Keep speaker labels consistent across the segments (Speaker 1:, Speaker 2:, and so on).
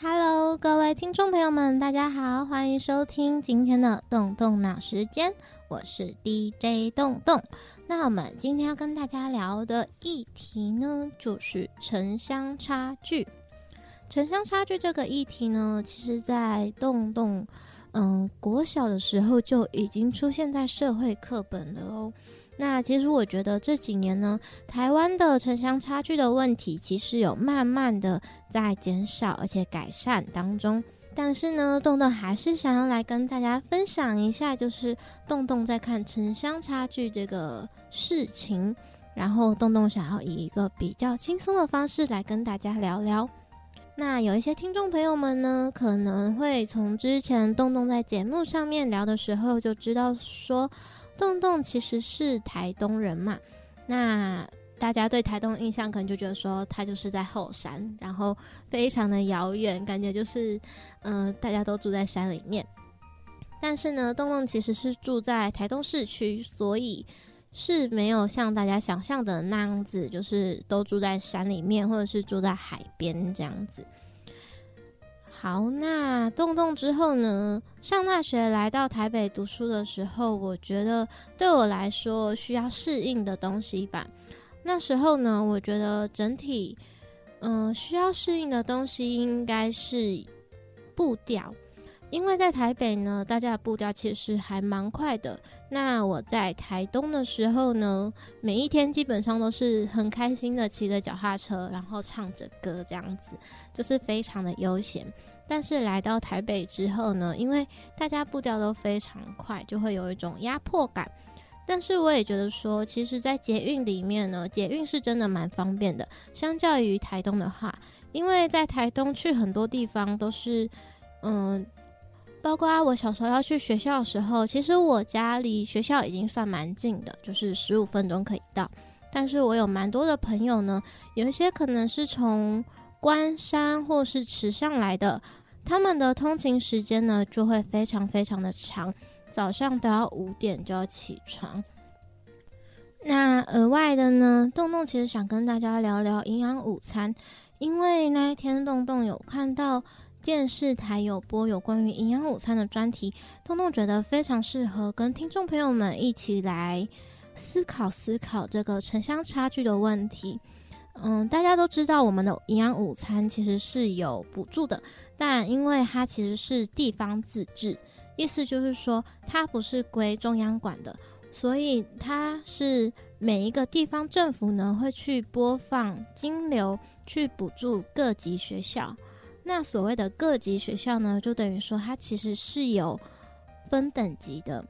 Speaker 1: Hello，各位听众朋友们，大家好，欢迎收听今天的动动脑时间，我是 DJ 动动。那我们今天要跟大家聊的议题呢，就是城乡差距。城乡差距这个议题呢，其实在动动嗯国小的时候就已经出现在社会课本了哦。那其实我觉得这几年呢，台湾的城乡差距的问题其实有慢慢的在减少而且改善当中。但是呢，洞洞还是想要来跟大家分享一下，就是洞洞在看城乡差距这个事情，然后洞洞想要以一个比较轻松的方式来跟大家聊聊。那有一些听众朋友们呢，可能会从之前洞洞在节目上面聊的时候就知道说，洞洞其实是台东人嘛。那大家对台东印象可能就觉得说，它就是在后山，然后非常的遥远，感觉就是，嗯、大家都住在山里面。但是呢，洞洞其实是住在台东市区，所以是没有像大家想象的那样子，就是都住在山里面，或者是住在海边这样子。好，那洞洞之后呢？上大学来到台北读书的时候，我觉得对我来说需要适应的东西吧。那时候呢，我觉得整体，嗯、需要适应的东西应该是步调，因为在台北呢，大家的步调其实还蛮快的。那我在台东的时候呢，每一天基本上都是很开心的骑着脚踏车，然后唱着歌这样子，就是非常的悠闲。但是来到台北之后呢，因为大家步调都非常快，就会有一种压迫感。但是我也觉得说，其实，在捷运里面呢，捷运是真的蛮方便的。相较于台东的话，因为在台东去很多地方都是，嗯，包括啊我小时候要去学校的时候，其实我家离学校已经算蛮近的，就是十五分钟可以到。但是我有蛮多的朋友呢，有一些可能是从关山或是池上来的，他们的通勤时间呢就会非常非常的长。早上都要五点就要起床。那额外的呢，洞洞其实想跟大家聊聊营养午餐，因为那一天洞洞有看到电视台有播有关于营养午餐的专题，洞洞觉得非常适合跟听众朋友们一起来思考思考这个城乡差距的问题。嗯，大家都知道我们的营养午餐其实是有补助的，但因为它其实是地方自治，意思就是说，它不是归中央管的，所以它是每一个地方政府呢会去播放金流去补助各级学校。那所谓的各级学校呢，就等于说它其实是有分等级的。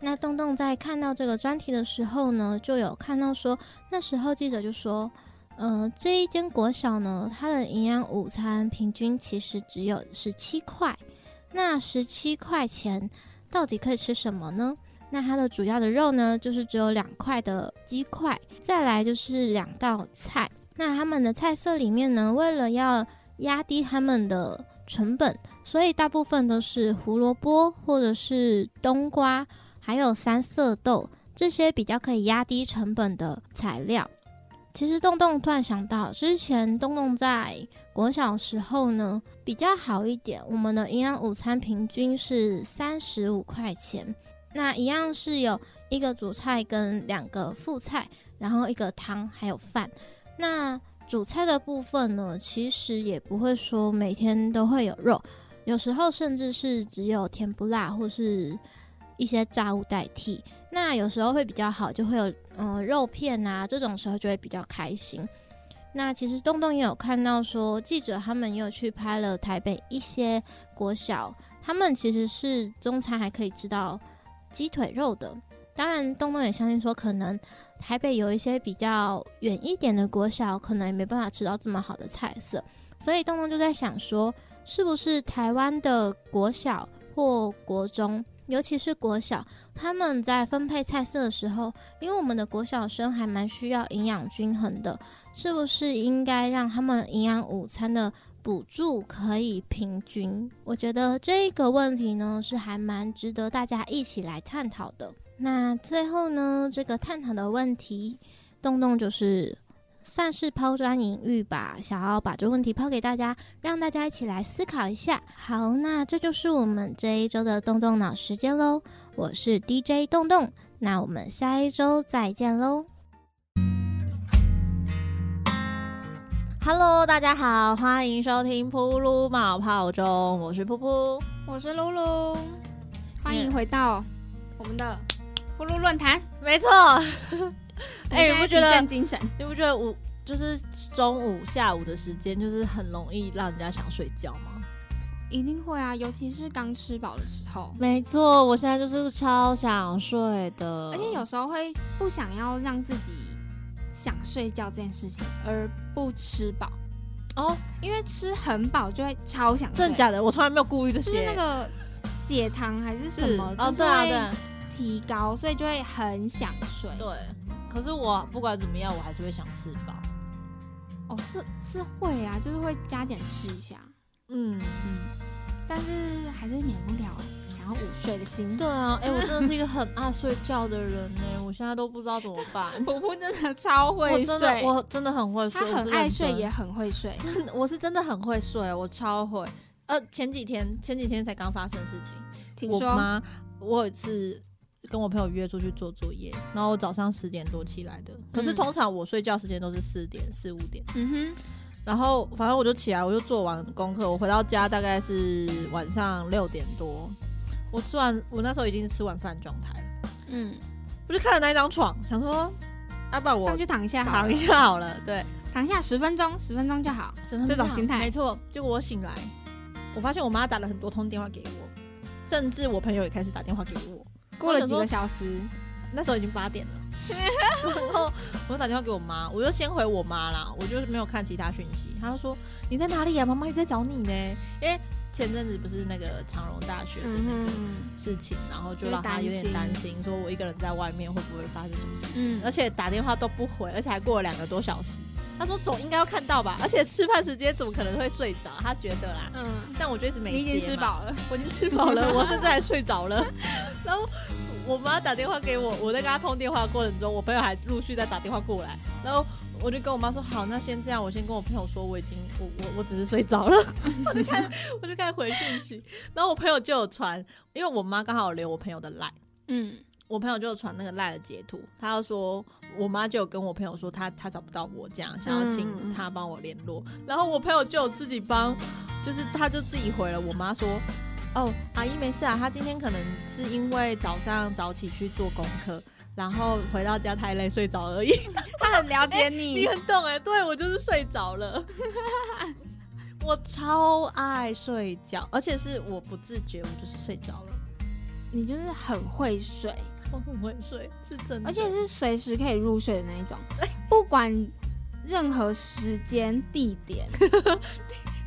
Speaker 1: 那洞洞在看到这个专题的时候呢，就有看到说，那时候记者就说，呃，这一间国小呢，它的营养午餐平均其实只有十七块。那十七块钱到底可以吃什么呢？那它的主要的肉呢，就是只有两块的鸡块，再来就是两道菜。那他们的菜色里面呢，为了要压低他们的成本，所以大部分都是胡萝卜或者是冬瓜，还有三色豆这些比较可以压低成本的材料。其实洞洞突然想到，之前洞洞在国小时候呢，比较好一点，我们的营养午餐平均是三十五块钱，那一样是有一个主菜跟两个副菜，然后一个汤还有饭。那主菜的部分呢，其实也不会说每天都会有肉，有时候甚至是只有甜不辣或是一些炸物代替。那有时候会比较好，就会有嗯、呃肉片啊，这种时候就会比较开心。那其实东东也有看到说，记者他们也有去拍了台北一些国小，他们其实是中餐还可以吃到鸡腿肉的。当然，东东也相信说，可能台北有一些比较远一点的国小，可能也没办法吃到这么好的菜色，
Speaker 2: 所以东东就在想说，是不是台湾的国小或国中，尤其是国小，他们在分配菜色的时候，因为我们的国小生还蛮需要营养均衡的，是不是应该让他们营养午餐的补助可以平均？我觉得这个问题呢是还蛮值得大家一起来探讨的。那最后呢，这个探讨的问题，洞洞就是算是抛砖引玉吧，想要把这个问题抛给大家，让大家一起来思考一下。好，那这就是我们这一周的动动脑时间喽，我是 DJ 洞洞，那我们下一周再见喽。
Speaker 1: Hello，大家好，欢迎收听《噗噜冒泡中》，我是噗噗。
Speaker 3: 我是露露，欢迎回到我们的呼噜论坛。
Speaker 1: 没错，哎、 你不觉得？
Speaker 3: 精神？
Speaker 1: 你不觉得午就是中午、下午的时间，就是很容易让人家想睡觉吗？
Speaker 3: 一定会啊，尤其是刚吃饱的时候，
Speaker 1: 没错，我现在就是超想睡的，
Speaker 3: 而且有时候会不想要让自己想睡觉这件事情，而不吃饱，
Speaker 1: 哦，
Speaker 3: 因为吃很饱就会超想睡。
Speaker 1: 真的假的？我从来没有顾虑这
Speaker 3: 就是
Speaker 1: 些
Speaker 3: 那，个血糖还是什么，
Speaker 1: 哦，
Speaker 3: 就是
Speaker 1: 对啊，对啊
Speaker 3: 会提高，所以就会很想睡。
Speaker 1: 对。可是我不管怎么样，我还是会想吃饱。
Speaker 3: 哦，是是会啊，就是会加减吃一下，
Speaker 1: 嗯嗯。
Speaker 3: 但是还是免不了想要午睡的心。
Speaker 1: 对啊，哎、我真的是一个很爱睡觉的人呢、我现在都不知道怎么办。
Speaker 3: 婆婆真的超
Speaker 1: 我
Speaker 3: 会
Speaker 1: 真的，我真的很会睡，
Speaker 3: 她
Speaker 1: 我
Speaker 3: 很
Speaker 1: 是
Speaker 3: 爱
Speaker 1: 认
Speaker 3: 睡，
Speaker 1: 真
Speaker 3: 也很会睡。
Speaker 1: 真的，我是真的很会睡，我超会。呃，前几天前几天才刚发生的事情，
Speaker 3: 听
Speaker 1: 我
Speaker 3: 说
Speaker 1: 妈，我有一次跟我朋友约出去做作业，然后我早上十点多起来的，可是
Speaker 3: 嗯
Speaker 1: 通常我睡觉时间都是四点四五点，
Speaker 3: 嗯
Speaker 1: 然后反正我就起来，我就做完功课，我回到家大概是晚上六点多，我吃完我那时候已经是吃完饭状态了。
Speaker 3: 哼，嗯，
Speaker 1: 我就看了那一张床，想说，啊，不然我
Speaker 3: 上去躺一下好
Speaker 1: 躺
Speaker 3: 了
Speaker 1: 一，下好了。对，
Speaker 3: 躺下十分钟，十分钟就好。
Speaker 1: 怎么
Speaker 3: 这种心态
Speaker 1: 嗯没错。结果我醒来，我发现我妈打了很多通电话给我，甚至我朋友也开始打电话给我。
Speaker 3: 过了几个小时，
Speaker 1: 那时候已经八点了， 然后我就打电话给我妈，我就先回我妈啦，我就是没有看其他讯息。她就说你在哪里啊呀、妈妈一直在找你呢，因为前阵子不是那个长荣大学的
Speaker 3: 嗯
Speaker 1: 那个
Speaker 3: 哼，
Speaker 1: 事情，然后就
Speaker 3: 有点
Speaker 1: 让她有点
Speaker 3: 担
Speaker 1: 担心，说我一个人在外面会不会发生什么事情。
Speaker 3: 嗯
Speaker 1: 而，且打电话都不回，而且还过了两个多小时。他说总应该要看到吧，而且吃饭时间怎么可能会睡着？他觉得啦，
Speaker 3: 嗯，
Speaker 1: 但我就一直没
Speaker 3: 你已经
Speaker 1: 接
Speaker 3: 吃
Speaker 1: 嘛，
Speaker 3: 饱了，
Speaker 1: 我已经吃饱了，我甚至还睡着 了。然后我妈打电话给我，我在跟她通电话的过程中，我朋友还陆续在打电话过来，然后我就跟我妈说好，那先这样，我先跟我朋友说我已经我我我只是睡着了， 我就开始我就开始回讯息，然后我朋友就有传，因为我妈刚好有留我朋友的赖。
Speaker 3: 嗯，
Speaker 1: 我朋友就传那个赖的截图，他要说我妈就有跟我朋友说她她找不到我这样，想要请
Speaker 3: 嗯嗯嗯
Speaker 1: 他帮我联络，然后我朋友就有自己帮，就是他就自己回了我妈说。哦，阿姨没事啊，她今天可能是因为早上早起去做功课，然后回到家太累睡着而已。
Speaker 3: 他很了解
Speaker 1: 你
Speaker 3: 你，
Speaker 1: 很懂哎、对我就是睡着了。 我超爱睡觉，而且是我不自觉，我就是睡着了。
Speaker 3: 你就是很会睡，
Speaker 1: 我很会睡，是真的。
Speaker 3: 而且是随时可以入睡的那一种，哎不管任何时间地点，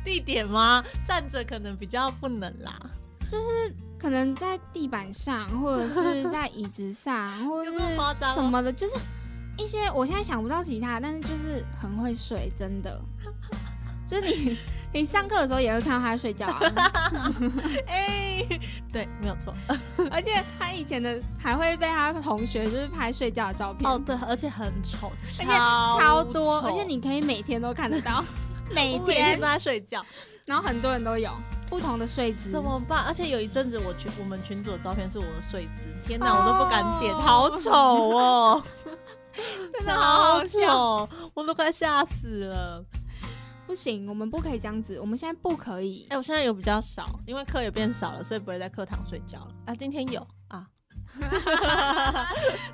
Speaker 1: 地点吗？站着可能比较不能 啦。
Speaker 3: 可能在地板上，或者是在椅子上，或者
Speaker 1: 有这么夸张哦
Speaker 3: 是
Speaker 1: 吗
Speaker 3: 什么的，就是一些我现在想不到其他，但是就是很会睡，真的。就是 你，你上课的时候也会看到他睡觉啊，
Speaker 1: 哎、对，没有错。
Speaker 3: 而且他以前的还会被他同学就是拍睡觉的照片，
Speaker 1: 哦，对，而且很丑，
Speaker 3: 而且超多，
Speaker 1: 丑
Speaker 3: 而且你可以每天都看得到，每
Speaker 1: 我 每天
Speaker 3: 天
Speaker 1: 都，在睡觉，
Speaker 3: 然后很多人都有不同的睡姿，
Speaker 1: 怎么办？而且有一阵子我群我们群主的照片是我的睡姿，天哪，
Speaker 3: 哦
Speaker 1: 我都不敢点，好丑哦，
Speaker 3: 真的好
Speaker 1: 超
Speaker 3: 好笑。
Speaker 1: 丑，我都快吓死了。
Speaker 3: 不行，我们不可以这样子，我们现在不可以
Speaker 1: 哎、。我现在有比较少，因为课也变少了，所以不会在课堂睡觉了。啊，今天有啊。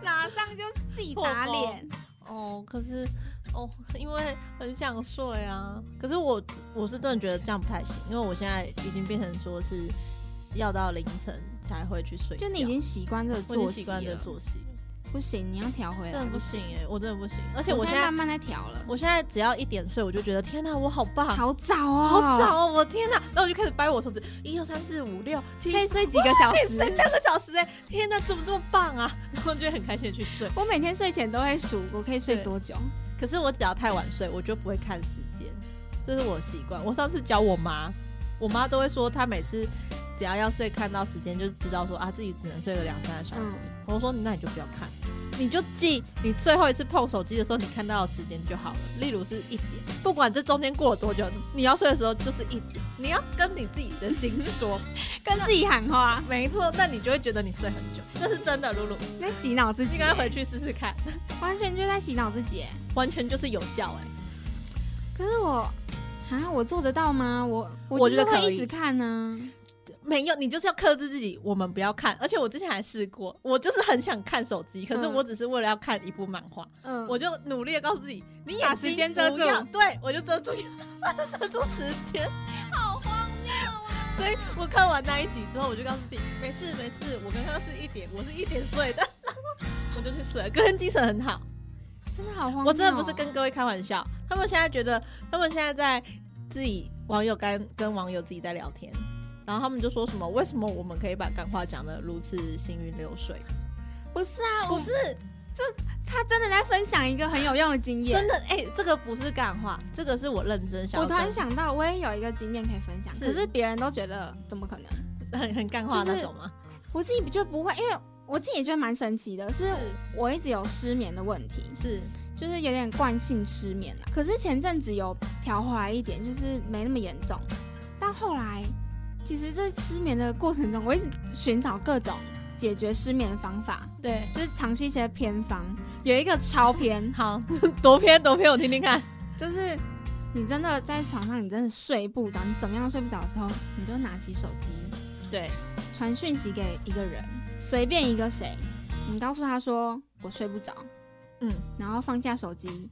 Speaker 3: 马上就自己打脸。
Speaker 1: 哦，可是哦，因为很想睡啊。可是我我是真的觉得这样不太行，因为我现在已经变成说是要到凌晨才会去睡觉
Speaker 3: 就你已经习惯这个
Speaker 1: 我已经
Speaker 3: 作息
Speaker 1: 习惯这个
Speaker 3: 了，
Speaker 1: 作息了。
Speaker 3: 不行，你要调回来，
Speaker 1: 真的不行哎、我真的不行。而且
Speaker 3: 我
Speaker 1: 我现
Speaker 3: 在
Speaker 1: 在
Speaker 3: 慢，慢在调了，
Speaker 1: 我现在只要一点睡，我就觉得天哪，我好棒，
Speaker 3: 好早哦，
Speaker 1: 好，早哦，我天哪！然后我就开始掰我手指，一二三四五六七
Speaker 3: 可以睡几个小时。
Speaker 1: 两个小时哎、天哪，怎么这么棒啊？ 然后就会很开心的去睡。
Speaker 3: 我每天睡前都会数我可以睡多久，
Speaker 1: 可是我只要太晚睡，我就不会看时间，这是我的习惯。我上次教我妈，我妈都会说，她每次只要要睡看到时间，就知道说啊自己只能睡个两三个小时。我说那你就不要看，你就记你最后一次碰手机的时候你看到的时间就好了。例如是一点，不管这中间过了多久，你要睡的时候就是一点，你要跟你自己的心说，啊
Speaker 3: 跟自己喊话，
Speaker 1: 没错，那你就会觉得你睡很久，这是真的，露露。
Speaker 3: 在洗脑自己，
Speaker 1: 你赶快回去试试看，
Speaker 3: 完全就在洗脑自己耶。
Speaker 1: 完全就是有效哎、
Speaker 3: 可是我啊，我做得到吗？我
Speaker 1: 我
Speaker 3: 我
Speaker 1: 觉
Speaker 3: 就是
Speaker 1: 得可
Speaker 3: 会
Speaker 1: 以
Speaker 3: 一直看呢、
Speaker 1: 没有，你就是要克制自己，我们不要看。而且我之前还试过，我就是很想看手机，可是
Speaker 3: 嗯
Speaker 1: 我只是为了要看一部漫画，
Speaker 3: 嗯，
Speaker 1: 我就努力的告诉自己，你眼
Speaker 3: 把
Speaker 1: 睛
Speaker 3: 时间遮
Speaker 1: 不要
Speaker 3: 住
Speaker 1: 对我就遮住， 遮住时间，好荒谬。啊所以我看完那一集之后，我就告诉自己，没事没事，我刚刚是一点，我是一点睡的，然后我就去睡了，个人精神很好。
Speaker 3: 真的好荒谬哦、
Speaker 1: 我真的不是跟各位开玩笑，他们现在觉得，他们现在在自己网友跟跟网友自己在聊天，然后他们就说什么，为什么我们可以把干话讲得如此行云流水？
Speaker 3: 不是啊，
Speaker 1: 不
Speaker 3: 我
Speaker 1: 是
Speaker 3: 他真的在分享一个很有用的经验。
Speaker 1: 真的，哎、这个不是干话，这个是我认真想。
Speaker 3: 我突然，想到，我也有一个经验可以分享，
Speaker 1: 是
Speaker 3: 可是别人都觉得怎么可能？
Speaker 1: 很很干话
Speaker 3: 就是
Speaker 1: 那种吗？
Speaker 3: 我自己就不会，因为我自己也觉得蛮神奇的，是我一直有失眠的问题，
Speaker 1: 是
Speaker 3: 就是有点惯性失眠啦。可是前阵子有调回来一点，就是没那么严重。但后来，其实，在失眠的过程中，我一直寻找各种解决失眠的方法，
Speaker 1: 对，
Speaker 3: 就是尝试一些偏方。有一个超偏，
Speaker 1: 好， 多篇多篇，我听 听看。
Speaker 3: 就是你真的在床上，你真的睡不着，你怎么样都睡不着的时候，你就拿起手机，
Speaker 1: 对，
Speaker 3: 传讯息给一个人，随便一个谁，你告诉他说我睡不着，
Speaker 1: 嗯，
Speaker 3: 然后放下手机，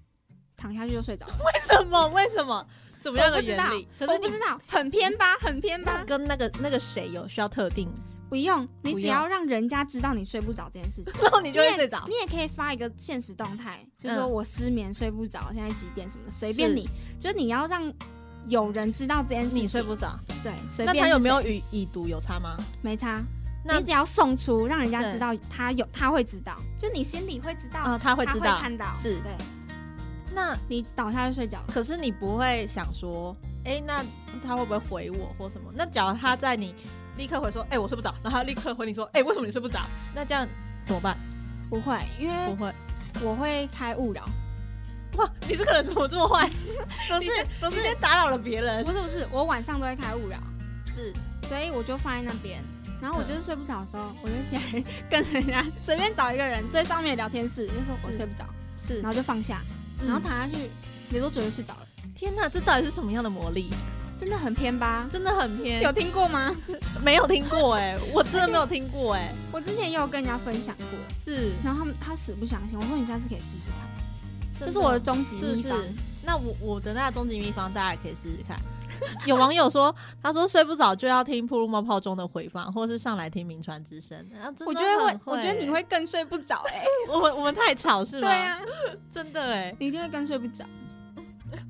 Speaker 3: 躺下去就睡着了。
Speaker 1: 为什么？为什么？怎么样的
Speaker 3: 我不知道
Speaker 1: 原理？可
Speaker 3: 我
Speaker 1: 是
Speaker 3: 不
Speaker 1: 你
Speaker 3: 知道，很偏吧，很偏
Speaker 1: 那
Speaker 3: 吧。
Speaker 1: 跟那个那个谁有需要特定，
Speaker 3: 不用，你
Speaker 1: 不
Speaker 3: 只
Speaker 1: 用
Speaker 3: 要让人家知道你睡不着这件事情，
Speaker 1: 然后你就会睡着
Speaker 3: 你。也可以发一个现实动态，就说
Speaker 1: 嗯
Speaker 3: 我失眠睡不着，现在几点什么的，随便你，就是你要让有人知道这件事情。
Speaker 1: 你睡不着，
Speaker 3: 对，随
Speaker 1: 那
Speaker 3: 便
Speaker 1: 他
Speaker 3: 是
Speaker 1: 有没有
Speaker 3: 谁
Speaker 1: 与已读有差吗？
Speaker 3: 没差？
Speaker 1: 那
Speaker 3: 你只要送出，让人家
Speaker 1: 对
Speaker 3: 知道他有，他会知道，就你心里会知道，
Speaker 1: 啊，他会
Speaker 3: 他
Speaker 1: 知道。
Speaker 3: 看到，
Speaker 1: 是
Speaker 3: 对
Speaker 1: 那
Speaker 3: 你倒下就睡觉了。
Speaker 1: 可是你不会想说，哎、那他会不会回我或什么？那假如他在你立刻回说，哎、我睡不着，然后他立刻回你说，哎、为什么你睡不着？那这样怎么办？
Speaker 3: 不会，因
Speaker 1: 不
Speaker 3: 为
Speaker 1: 会。
Speaker 3: 我会开勿扰。
Speaker 1: 哇，你这个人怎么这么坏？
Speaker 3: 不
Speaker 1: 你
Speaker 3: 是
Speaker 1: 先
Speaker 3: 不
Speaker 1: 你
Speaker 3: 是
Speaker 1: 先打扰了别人。
Speaker 3: 不是不是，我晚上都会开勿扰。
Speaker 1: 是，
Speaker 3: 所以我就放在那边。然后我
Speaker 1: 嗯
Speaker 3: 就是睡不着的时候，我就起来 跟人家随便找一个人最上面的聊天室，就说我
Speaker 1: 是
Speaker 3: 睡不着，
Speaker 1: 是
Speaker 3: 然后就放下，然后
Speaker 1: 嗯
Speaker 3: 躺下去，没多久就睡着了，
Speaker 1: 天哪，这到底是什么样的魔力？
Speaker 3: 真的很偏吧？
Speaker 1: 真的很偏，
Speaker 3: 有听过吗？
Speaker 1: 没有听过哎、我真的没有听过哎、
Speaker 3: 我之前也有跟人家分享过，
Speaker 1: 是，
Speaker 3: 然后他们他死不相信，我说你下次可以试试看，这
Speaker 1: 真
Speaker 3: 是
Speaker 1: 的
Speaker 3: 我的终极
Speaker 1: 是不
Speaker 3: 秘
Speaker 1: 是
Speaker 3: 方。？
Speaker 1: 那我我的那个终极秘方，大家也可以试试看。 有网友说，他说睡不着就要听《噗噜冒泡》中的回放，或是上来听《名传之声》啊。真的
Speaker 3: 我觉得
Speaker 1: 很
Speaker 3: 会，
Speaker 1: 会
Speaker 3: 我
Speaker 1: 欸
Speaker 3: 觉得你会更睡不着哎、
Speaker 1: 我们我们太吵是吗？
Speaker 3: 对，啊，
Speaker 1: 真的哎，
Speaker 3: 你一定会更睡不着。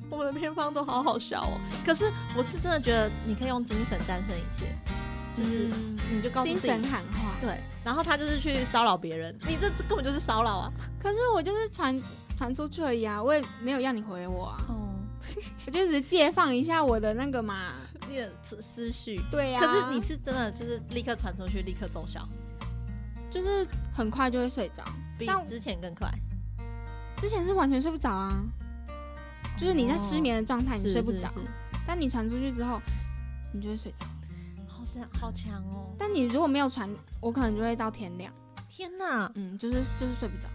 Speaker 1: 我们的偏方都好好笑哦。可是我是真的觉得你可以用精神战胜一切，就是、
Speaker 3: 嗯
Speaker 1: 你就告诉
Speaker 3: 精
Speaker 1: 自己
Speaker 3: 神喊话，
Speaker 1: 对，然后他就是去骚扰别人，你这这根本就是骚扰啊！
Speaker 3: 可是我就是传传出去而已啊，我也没有要你回我啊。
Speaker 1: 哦，
Speaker 3: 我就只是借放一下我的那个嘛，
Speaker 1: 你的思思绪。
Speaker 3: 对啊呀、
Speaker 1: 可是你是真的就是立刻传出去，立刻奏效，
Speaker 3: 就是很快就会睡着，
Speaker 1: 比
Speaker 3: 但
Speaker 1: 之前更快。
Speaker 3: 之前是完全睡不着啊，就是你在失眠的状态，你
Speaker 1: 是
Speaker 3: 睡不
Speaker 1: 哦是
Speaker 3: 着
Speaker 1: 是，
Speaker 3: 但你传出去之后，你就会睡着。
Speaker 1: 好像好强哦！
Speaker 3: 但你如果没有传，我可能就会到天亮，
Speaker 1: 天哪，
Speaker 3: 嗯，就是就是睡不着，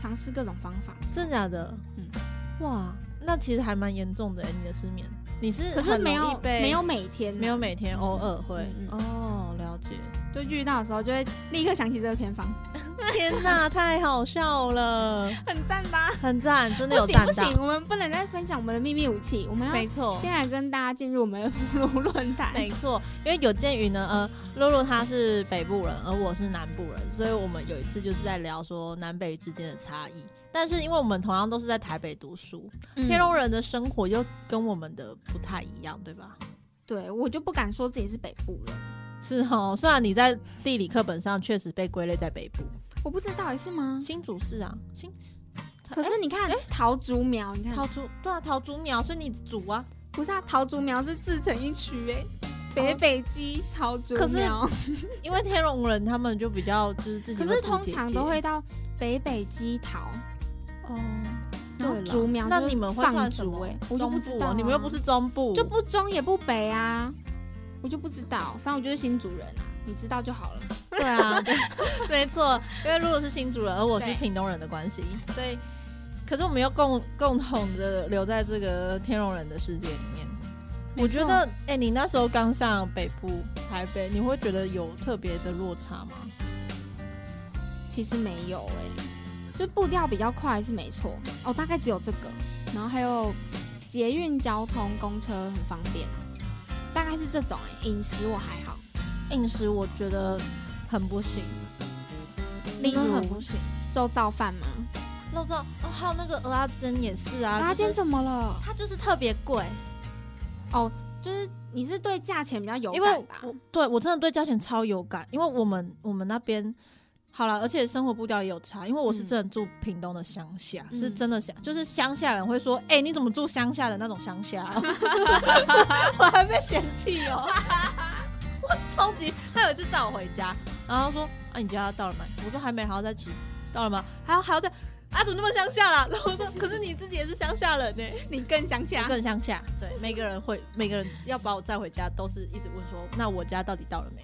Speaker 3: 尝试各种方法。
Speaker 1: 真假的？
Speaker 3: 嗯
Speaker 1: 嗯，哇，那其实还蛮严重的耶你的失眠，你是
Speaker 3: 可是
Speaker 1: 很容
Speaker 3: 没
Speaker 1: 易
Speaker 3: 有
Speaker 1: 被
Speaker 3: 没有每天啊、
Speaker 1: 没有每天，
Speaker 3: 嗯
Speaker 1: 偶尔会
Speaker 3: 嗯嗯
Speaker 1: 哦，了解。
Speaker 3: 就遇到的时候就会立刻想起这个偏方，
Speaker 1: 天哪， 太好笑了，
Speaker 3: 很赞吧？
Speaker 1: 很赞，真的
Speaker 3: 不
Speaker 1: 有
Speaker 3: 行
Speaker 1: 赞
Speaker 3: 不
Speaker 1: 到
Speaker 3: 行，。我们不能再分享我们的秘密武器，我们
Speaker 1: 没
Speaker 3: 要
Speaker 1: 错，
Speaker 3: 先来跟大家进入我们 的俘虏论坛。
Speaker 1: 没错，因为有鉴于呢，呃，露露她是北部人，而我是南部人，所以我们有一次就是在聊说南北之间的差异。但是因为我们同样都是在台北读书，
Speaker 3: 嗯
Speaker 1: 天龙人的生活又跟我们的不太一样，对吧？
Speaker 3: 对我就不敢说自己是北部了，
Speaker 1: 是哦，虽然你在地理课本上确实被归类在北部，
Speaker 3: 我不知道哎也是吗？
Speaker 1: 新竹市啊，新
Speaker 3: 可是你看哎桃竹苗，你看
Speaker 1: 桃竹对啊，桃竹苗，所以你竹啊，
Speaker 3: 不是啊，桃竹苗是自成一区哎、北北基桃竹
Speaker 1: 可是
Speaker 3: 苗，
Speaker 1: 因为天龙人他们就比较就是自己
Speaker 3: 可
Speaker 1: 会
Speaker 3: 是
Speaker 1: 读
Speaker 3: 通
Speaker 1: 姐
Speaker 3: 常
Speaker 1: 姐
Speaker 3: 都会到北北基桃，
Speaker 1: 哦，
Speaker 3: 然后
Speaker 1: 对啦
Speaker 3: 竹苗
Speaker 1: 那
Speaker 3: 就是
Speaker 1: 你们会
Speaker 3: 放
Speaker 1: 算什
Speaker 3: 竹
Speaker 1: 么
Speaker 3: 欸我就不知
Speaker 1: 中部
Speaker 3: 道
Speaker 1: 哦
Speaker 3: 啊
Speaker 1: 你们又不是中部，
Speaker 3: 就不中也不北啊，我就不知道，反正我就是新主人啊，你知道就好了。
Speaker 1: 对啊，对没错，因为露露是新主人，而我是
Speaker 3: 对
Speaker 1: 屏东人的关系，所以可是我们又共共同的留在这个天龙人的世界里面。我觉得，哎、你那时候刚上北部台北，你会觉得有特别的落差吗？
Speaker 3: 其实没有哎、就步调比较快是没错哦，大概只有这个，然后还有捷运、交通、公车很方便，大概是这种哎、饮食我还好，
Speaker 1: 饮食我觉得很不行，
Speaker 3: 例
Speaker 1: 真的
Speaker 3: 如
Speaker 1: 很不行。
Speaker 3: 肉燥饭吗？
Speaker 1: 肉燥哦，还有那个鹅阿珍也是啊，
Speaker 3: 那今天
Speaker 1: 就是
Speaker 3: 怎么了？
Speaker 1: 它就是特别贵，
Speaker 3: 就是你是对价钱比较有
Speaker 1: 因为
Speaker 3: 感吧？
Speaker 1: 我对我真的对价钱超有感，因为我们我们那边好了，而且生活步调也有差，因为我是
Speaker 3: 嗯
Speaker 1: 真的住屏东的乡下，
Speaker 3: 嗯
Speaker 1: 是真的乡，就是乡下人会说，哎、你怎么住乡下的那种乡下、 哦？我还被嫌弃哦， 我超级，他有一次载我回家，然后他说，啊，你家到了吗？我说还没，还要再骑，到了吗？还要还要再。啊，怎么那么乡下啦？然 后我说，可是你自己也是乡下人呢、
Speaker 3: 你更想起
Speaker 1: 我更乡下。对，每个人会，每个人要把我载回家，都是一直问说，那我家到底到了没？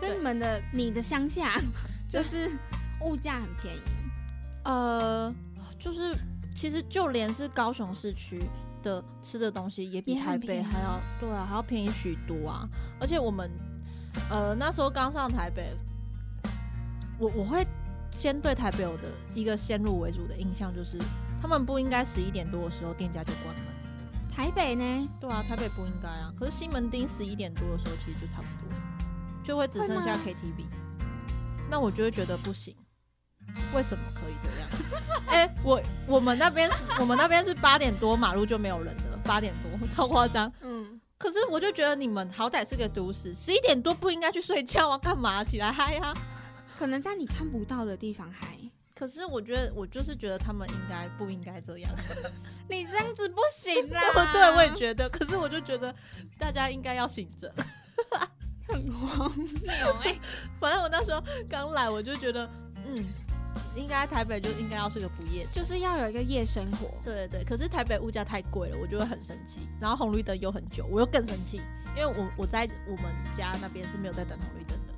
Speaker 3: 所以你们的你的乡下 就是物价很便宜，
Speaker 1: 呃，就是其实就连是高雄市区的吃的东西，也比
Speaker 3: 也很
Speaker 1: 台
Speaker 3: 便
Speaker 1: 北
Speaker 3: 宜
Speaker 1: 还要对啊，还要便宜许多啊。而且我们呃那时候刚上台北，我我会先对台北有的一个先入为主的印象就是，他们不应该十一点多的时候店家就关门。
Speaker 3: 台北呢
Speaker 1: 对啊，台北不应该啊。可是西门町十一点多的时候，其实就差不多，就会只剩下
Speaker 3: 会吗
Speaker 1: KTV。那我就会觉得不行，为什么可以这样？ 哎、我我们那边是 我们那边是八点多马路就没有人了，八点多超夸张。
Speaker 3: 嗯，
Speaker 1: 可是我就觉得你们好歹是个都市，十一点多不应该去睡觉啊，干嘛起来嗨啊？
Speaker 3: 可能在你看不到的地方还。
Speaker 1: 可是我觉得我就是觉得他们应该不应该这样，
Speaker 3: 你这样子不行 啦
Speaker 1: 对啊不 对？我也觉得，可是我就觉得大家应该要醒着。
Speaker 3: 很荒谬哎、
Speaker 1: 反正我那时候刚来，我就觉得，嗯，应该台北就应该要是个不夜城。
Speaker 3: 就是要有一个夜生活。
Speaker 1: 对对对，可是台北物价太贵了，我就会很生气。然后红绿灯又很久，我又更生气，因为我我在我们家那边是没有在等红绿灯的。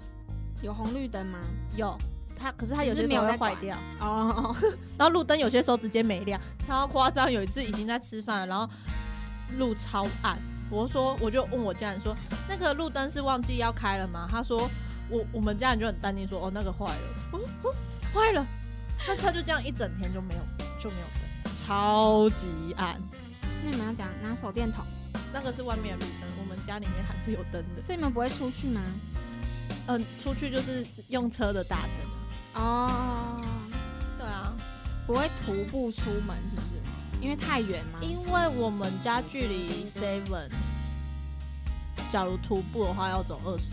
Speaker 3: 有红绿灯吗？
Speaker 1: 有，它可是它有
Speaker 3: 只
Speaker 1: 些
Speaker 3: 是没
Speaker 1: 时
Speaker 3: 有
Speaker 1: 候
Speaker 3: 在
Speaker 1: 会坏
Speaker 3: 管
Speaker 1: 掉，
Speaker 3: 哦，
Speaker 1: 然后路灯有些时候直接没亮，超夸张。有一次已经在吃饭了，然后路超暗，我说我就问我家人说，那个路灯是忘记要开了吗？他说我我们家人就很淡定说，哦那个坏了，我说哦坏了，那他就这样一整天就没有就没有灯，超级暗。
Speaker 3: 那你们要讲拿手电筒，
Speaker 1: 那个是外面的路灯，我们家里面还是有灯的。
Speaker 3: 所以你们不会出去吗？
Speaker 1: 嗯、出去就是用车的大灯啊。
Speaker 3: 哦，
Speaker 1: 对啊，
Speaker 3: 不会徒步出门是不是？因为太远吗？
Speaker 1: 因为我们家距离 Seven，假如徒步的话要走二十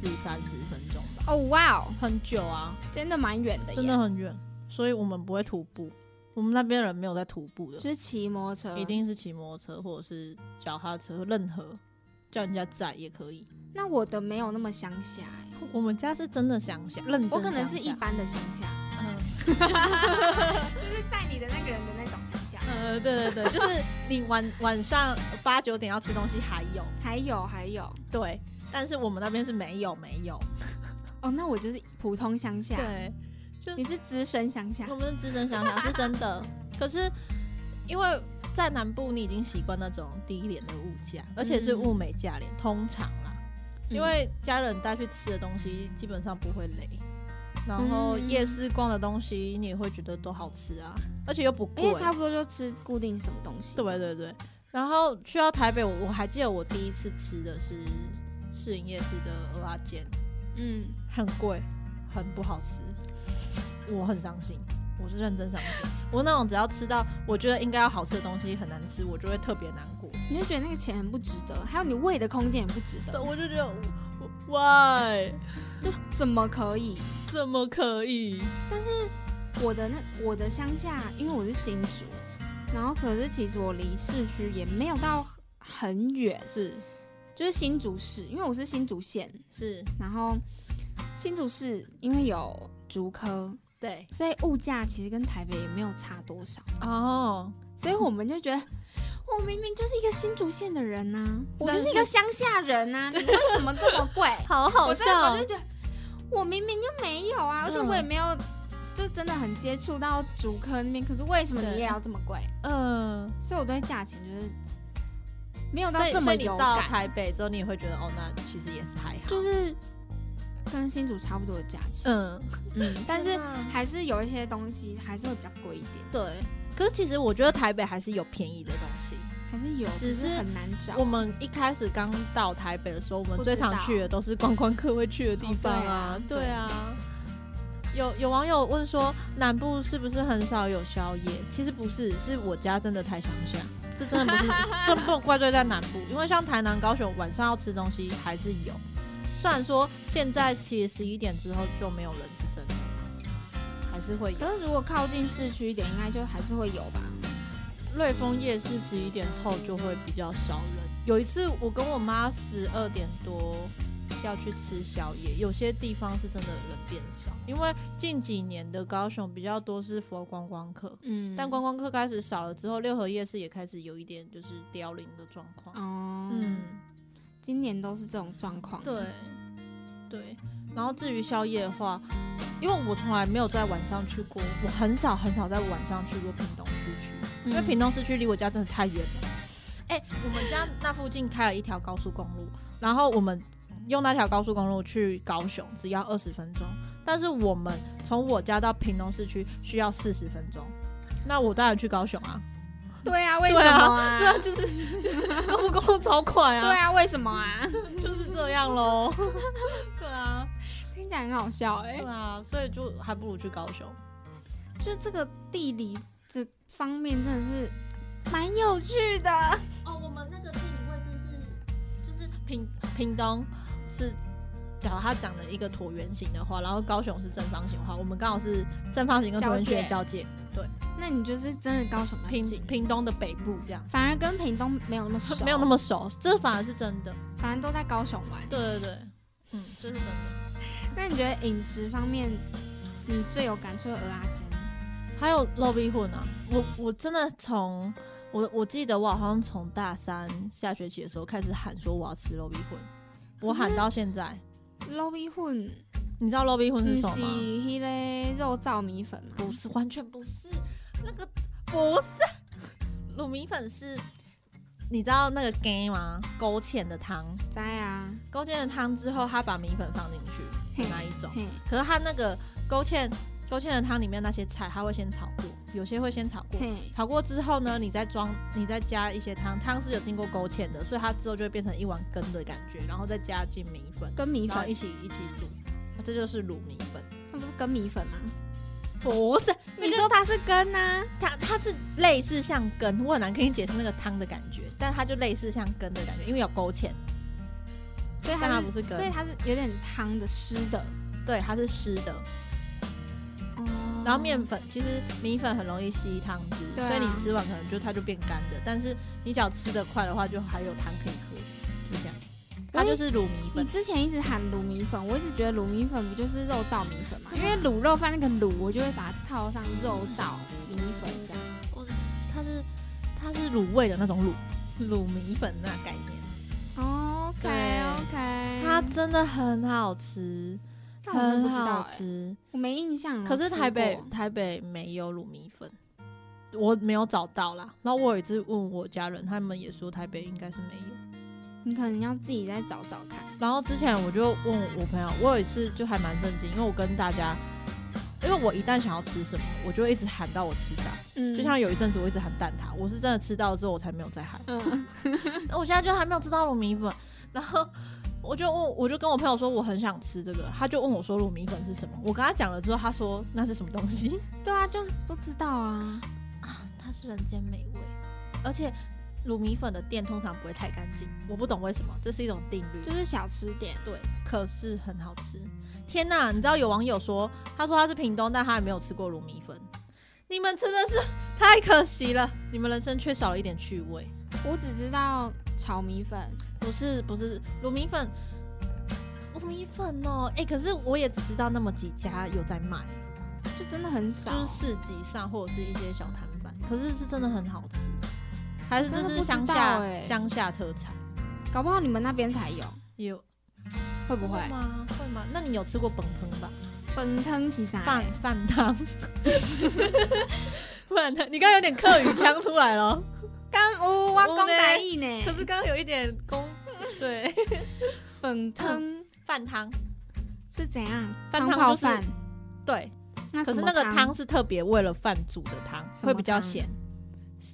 Speaker 1: 至三十分钟吧，
Speaker 3: 哦，哇哦，
Speaker 1: 很久啊，
Speaker 3: 真的蛮远的耶，
Speaker 1: 真的很远，所以我们不会徒步。我们那边人没有在徒步的
Speaker 3: 就，是骑摩托车。
Speaker 1: 一。定是骑摩托车或者是脚踏车，任何叫人家载也可以。
Speaker 3: 那我的没有那么乡下耶，
Speaker 1: 我们家是真的乡下，认真
Speaker 3: 我可能
Speaker 1: 乡
Speaker 3: 是一
Speaker 1: 下
Speaker 3: 般的乡下，
Speaker 1: 嗯
Speaker 3: 就是在你的那个人的那种乡下。
Speaker 1: 呃，对 对对，就是你晚晚上八九点要吃东西还有，
Speaker 3: 还有还有，
Speaker 1: 对，但是我们那边是没有没有，
Speaker 3: 哦，那我就是普通乡下，
Speaker 1: 对，
Speaker 3: 你是资深乡下
Speaker 1: 我，们是资深想想是真的，可是因为在南部你已经习惯那种低廉的物价，而且是物美价
Speaker 3: 嗯
Speaker 1: 廉，通常啦，因为家人带去吃的东西基本上不会累，然后
Speaker 3: 嗯
Speaker 1: 夜市逛的东西你也会觉得都好吃啊，而且又不
Speaker 3: 嗯而
Speaker 1: 贵
Speaker 3: 且。差不多就吃固定什么东西。
Speaker 1: 对对对。然后去到台北，我我还记得我第一次吃的是市营夜市的蚵仔煎，
Speaker 3: 嗯，
Speaker 1: 很贵，很不好吃，我很伤心，我是认真伤心。我那种只要吃到我觉得应该要好吃的东西很难吃，我就会特别难过。
Speaker 3: 你就觉得那个钱很不值得，还有你喂的空间也不值
Speaker 1: 对，
Speaker 3: 得，
Speaker 1: 我就觉得，why
Speaker 3: 就怎么可以？
Speaker 1: 怎么可以？
Speaker 3: 我的那我的乡下，因为我是新竹，然后可是其实我离市区也没有到很远，
Speaker 1: 是
Speaker 3: 就是新竹市，因为我是新竹县，
Speaker 1: 是，
Speaker 3: 然后新竹市因为有竹科，
Speaker 1: 对，
Speaker 3: 所以物价其实跟台北也没有差多少，
Speaker 1: 哦，
Speaker 3: 所以我们就觉得。我明明就是一个新竹县的人呐、我
Speaker 1: 但
Speaker 3: 就是是一个乡下人呐、你为什么这么贵？
Speaker 1: 好好
Speaker 3: 我那时候
Speaker 1: 笑嗯
Speaker 3: 就，觉得，我明明就没有啊，而且我也没有，就真的很接触到竹科那边，可是为什么你
Speaker 1: 对
Speaker 3: 也要这么贵？
Speaker 1: 嗯，
Speaker 3: 所以我对价钱就是没有到
Speaker 1: 所以
Speaker 3: 这
Speaker 1: 所
Speaker 3: 么
Speaker 1: 以你
Speaker 3: 有
Speaker 1: 到
Speaker 3: 感，
Speaker 1: 台北之后，你也会觉得哦，那其实也是还好，
Speaker 3: 就是跟新竹差不多的价钱，
Speaker 1: 嗯，
Speaker 3: 嗯，但是
Speaker 2: 天哪
Speaker 3: 还是有一些东西还是会比较贵一点，
Speaker 1: 对。可是其实我觉得台北还是有便宜的东西。
Speaker 3: 还是有，
Speaker 1: 只
Speaker 3: 可是
Speaker 1: 是
Speaker 3: 很难找
Speaker 1: 我。们一开始刚到台北的时候，我们
Speaker 3: 不
Speaker 1: 最
Speaker 3: 知道
Speaker 1: 常去的都是观光客会去的地方啊
Speaker 3: 哦。对啊
Speaker 1: 对啊，有有网友问说，南部是不是很少有宵夜？其实不是，是我家真的太乡下，这真 的不是，这不能怪罪在南部，因为像台南、高雄晚上要吃东西还是有。虽然说现在其实十一点之后就没有人是真的，还是会有。
Speaker 3: 可是如果靠近市区一点，应该就还是会有吧。
Speaker 1: 瑞丰夜市十一点后就会比较少人。有一次我跟我妈十二点多要去吃宵夜，有些地方是真的人变少，因为近几年的高雄比较多是佛观光客，
Speaker 3: 嗯，
Speaker 1: 但观光客开始少了之后，六合夜市也开始有一点就是凋零的状况。
Speaker 3: 哦，
Speaker 1: 嗯，
Speaker 3: 今年都是这种状况。嗯
Speaker 1: 对，对。然后至于宵夜的话，因为我从来没有在晚上去过，我很少很少在晚上去过屏东市区。
Speaker 3: 嗯，
Speaker 1: 因为屏东市区离我家真的太远了。哎、我们家那附近开了一条高速公路，然后我们用那条高速公路去高雄只要二十分钟，但是我们从我家到屏东市区需要四十分钟。那我当然去高雄啊，
Speaker 3: 对啊，为什
Speaker 1: 对啊
Speaker 3: 么啊？
Speaker 1: 对啊，就是 高速公路超快
Speaker 3: 对
Speaker 1: 啊，
Speaker 3: 啊，为什么 啊？
Speaker 1: 就是这样喽。对啊，
Speaker 3: 听起来很好笑哎、
Speaker 1: 对啊，所以就还不如去高雄。
Speaker 3: 就这个地理这方面真的是蛮有趣的。
Speaker 1: 哦，我们那个地理位置是，就是屏屏东是，假如它长了一个椭圆形的话，然后高雄是正方形的话，我们刚好是正方形跟椭圆形的交界，
Speaker 3: 那你就是真的高雄蛮
Speaker 1: 屏
Speaker 3: 近，
Speaker 1: 屏东的北部这样，
Speaker 3: 反而跟屏东 没有那么熟，
Speaker 1: 没有那，么熟，这反而是真的。
Speaker 3: 反而都在高雄玩。
Speaker 1: 对对对，嗯，这是真的。
Speaker 3: 那你觉得饮食方面，你最有感触的鹅阿煎？
Speaker 1: 还有肉壁混啊，我我真的从我我记得我好像从大三下学期的时候开始喊说我要吃肉壁混，我喊到现在。
Speaker 3: 肉米混，
Speaker 1: 你知道肉壁混
Speaker 3: 不
Speaker 1: 是
Speaker 3: 是啊
Speaker 1: 什么吗？
Speaker 3: 迄个肉燥米粉吗？
Speaker 1: 不是，完全不是那个，不是卤米粉是，你知道那个 gay 吗？勾芡的汤，
Speaker 3: 在啊，
Speaker 1: 勾芡的汤之后，他把米粉放进去
Speaker 3: 嘿
Speaker 1: 的那一种。
Speaker 3: 嘿，
Speaker 1: 可是他那个勾芡勾芡的汤里面那些菜，他会先炒过，有些会先炒过。
Speaker 3: 嘿，
Speaker 1: 炒过之后呢，你再装，你再加一些汤，汤是有经过勾芡的，所以它之后就会变成一碗羹的感觉，然后再加进米粉，
Speaker 3: 跟米
Speaker 1: 然后
Speaker 3: 粉，
Speaker 1: 一起一起煮，啊这就是卤米粉。
Speaker 3: 那不是跟米粉吗？
Speaker 1: 不是，
Speaker 3: 你说它是跟啊？
Speaker 1: 它它是类似像根，我很难跟你解释那个汤的感觉，但它就类似像根的感觉，因为有勾芡，
Speaker 3: 所以
Speaker 1: 但
Speaker 3: 它
Speaker 1: 它不是羹
Speaker 3: 所以它是有点汤的湿的，
Speaker 1: 对，它是湿的。
Speaker 3: 哦
Speaker 1: 然后面粉其实米粉很容易吸汤汁，
Speaker 3: 对啊
Speaker 1: 所以你吃完可能就它就变干的，但是你只要吃得快的话，就还有汤可以喝，就这样。它就是卤米
Speaker 3: 你
Speaker 1: 粉，
Speaker 3: 之前一直喊卤米粉，我一直觉得卤米粉不就是肉燥米粉嘛？
Speaker 1: 真
Speaker 3: 因
Speaker 1: 的
Speaker 3: 为卤肉饭那个卤，我就会把它套上肉燥米粉这样。
Speaker 1: 它是它是卤味的那种卤卤米粉那概
Speaker 3: 嗯
Speaker 1: 念，
Speaker 3: 哦 OK
Speaker 1: 对
Speaker 3: OK，
Speaker 1: 它真的很好吃，很好，吃。
Speaker 3: 我没印象。啊
Speaker 1: 可是台北
Speaker 3: 嗯我吃过
Speaker 1: 台北没有卤米粉，我没有找到啦。然后我有一次问我家人，他们也说台北应该是没有。
Speaker 3: 你可能要自己再找找看。
Speaker 1: 然后之前我就问我朋友，我有一次就还蛮震惊，因为我跟大家因为我一旦想要吃什么，我就会一直喊到我吃到。
Speaker 3: 嗯
Speaker 1: 就像有一阵子我一直喊蛋挞，我是真的吃到之后我才没有 再喊。我现在就还没有吃到卤米粉，然后我就问，我就跟我朋友说我很想吃这个，他就问我说卤米粉是什么？我跟他讲了之后，他说那是什么东西？
Speaker 3: 对啊，就不知道啊。
Speaker 1: 它是人间美味，而且卤米粉的店通常不会太干净，我不懂为什么，这是一种定律。
Speaker 3: 就是小吃店，
Speaker 1: 对，可是很好吃。天呐，你知道有网友说，他说他是屏东，但他还没有吃过卤米粉。你们真的是太可惜了，你们人生缺少了一点趣味。
Speaker 3: 我只知道炒米粉，
Speaker 1: 不是不是，卤米粉，卤米粉哦，哎、可是我也只知道那么几家有在卖，
Speaker 3: 就真的很少，
Speaker 1: 就是市集上或者是一些小摊贩，可是是真的很好吃，还是这
Speaker 3: 真的
Speaker 1: 是
Speaker 3: 不知
Speaker 1: 乡
Speaker 3: 道
Speaker 1: 下
Speaker 3: 欸
Speaker 1: 乡、下特产？
Speaker 3: 搞不好你们那边才有，
Speaker 1: 有
Speaker 3: 会不会？
Speaker 1: 吗？会吗？那你有吃过本烹吧？
Speaker 3: 本汤是啥？
Speaker 1: 饭饭汤， 不然他你刚刚有点客语腔出来了，
Speaker 3: 干乌我讲台语呢，
Speaker 1: 可是刚刚有一点公对
Speaker 3: 本汤
Speaker 1: 饭汤
Speaker 3: 是怎样？
Speaker 1: 饭
Speaker 3: 汤
Speaker 1: 汤
Speaker 3: 泡
Speaker 1: 就是
Speaker 3: 饭，
Speaker 1: 对，
Speaker 3: 那
Speaker 1: 可
Speaker 3: 什
Speaker 1: 是
Speaker 3: 么
Speaker 1: 那个嗯汤是特别为了饭煮的汤，
Speaker 3: 什么
Speaker 1: 会比较
Speaker 3: 汤
Speaker 1: 咸，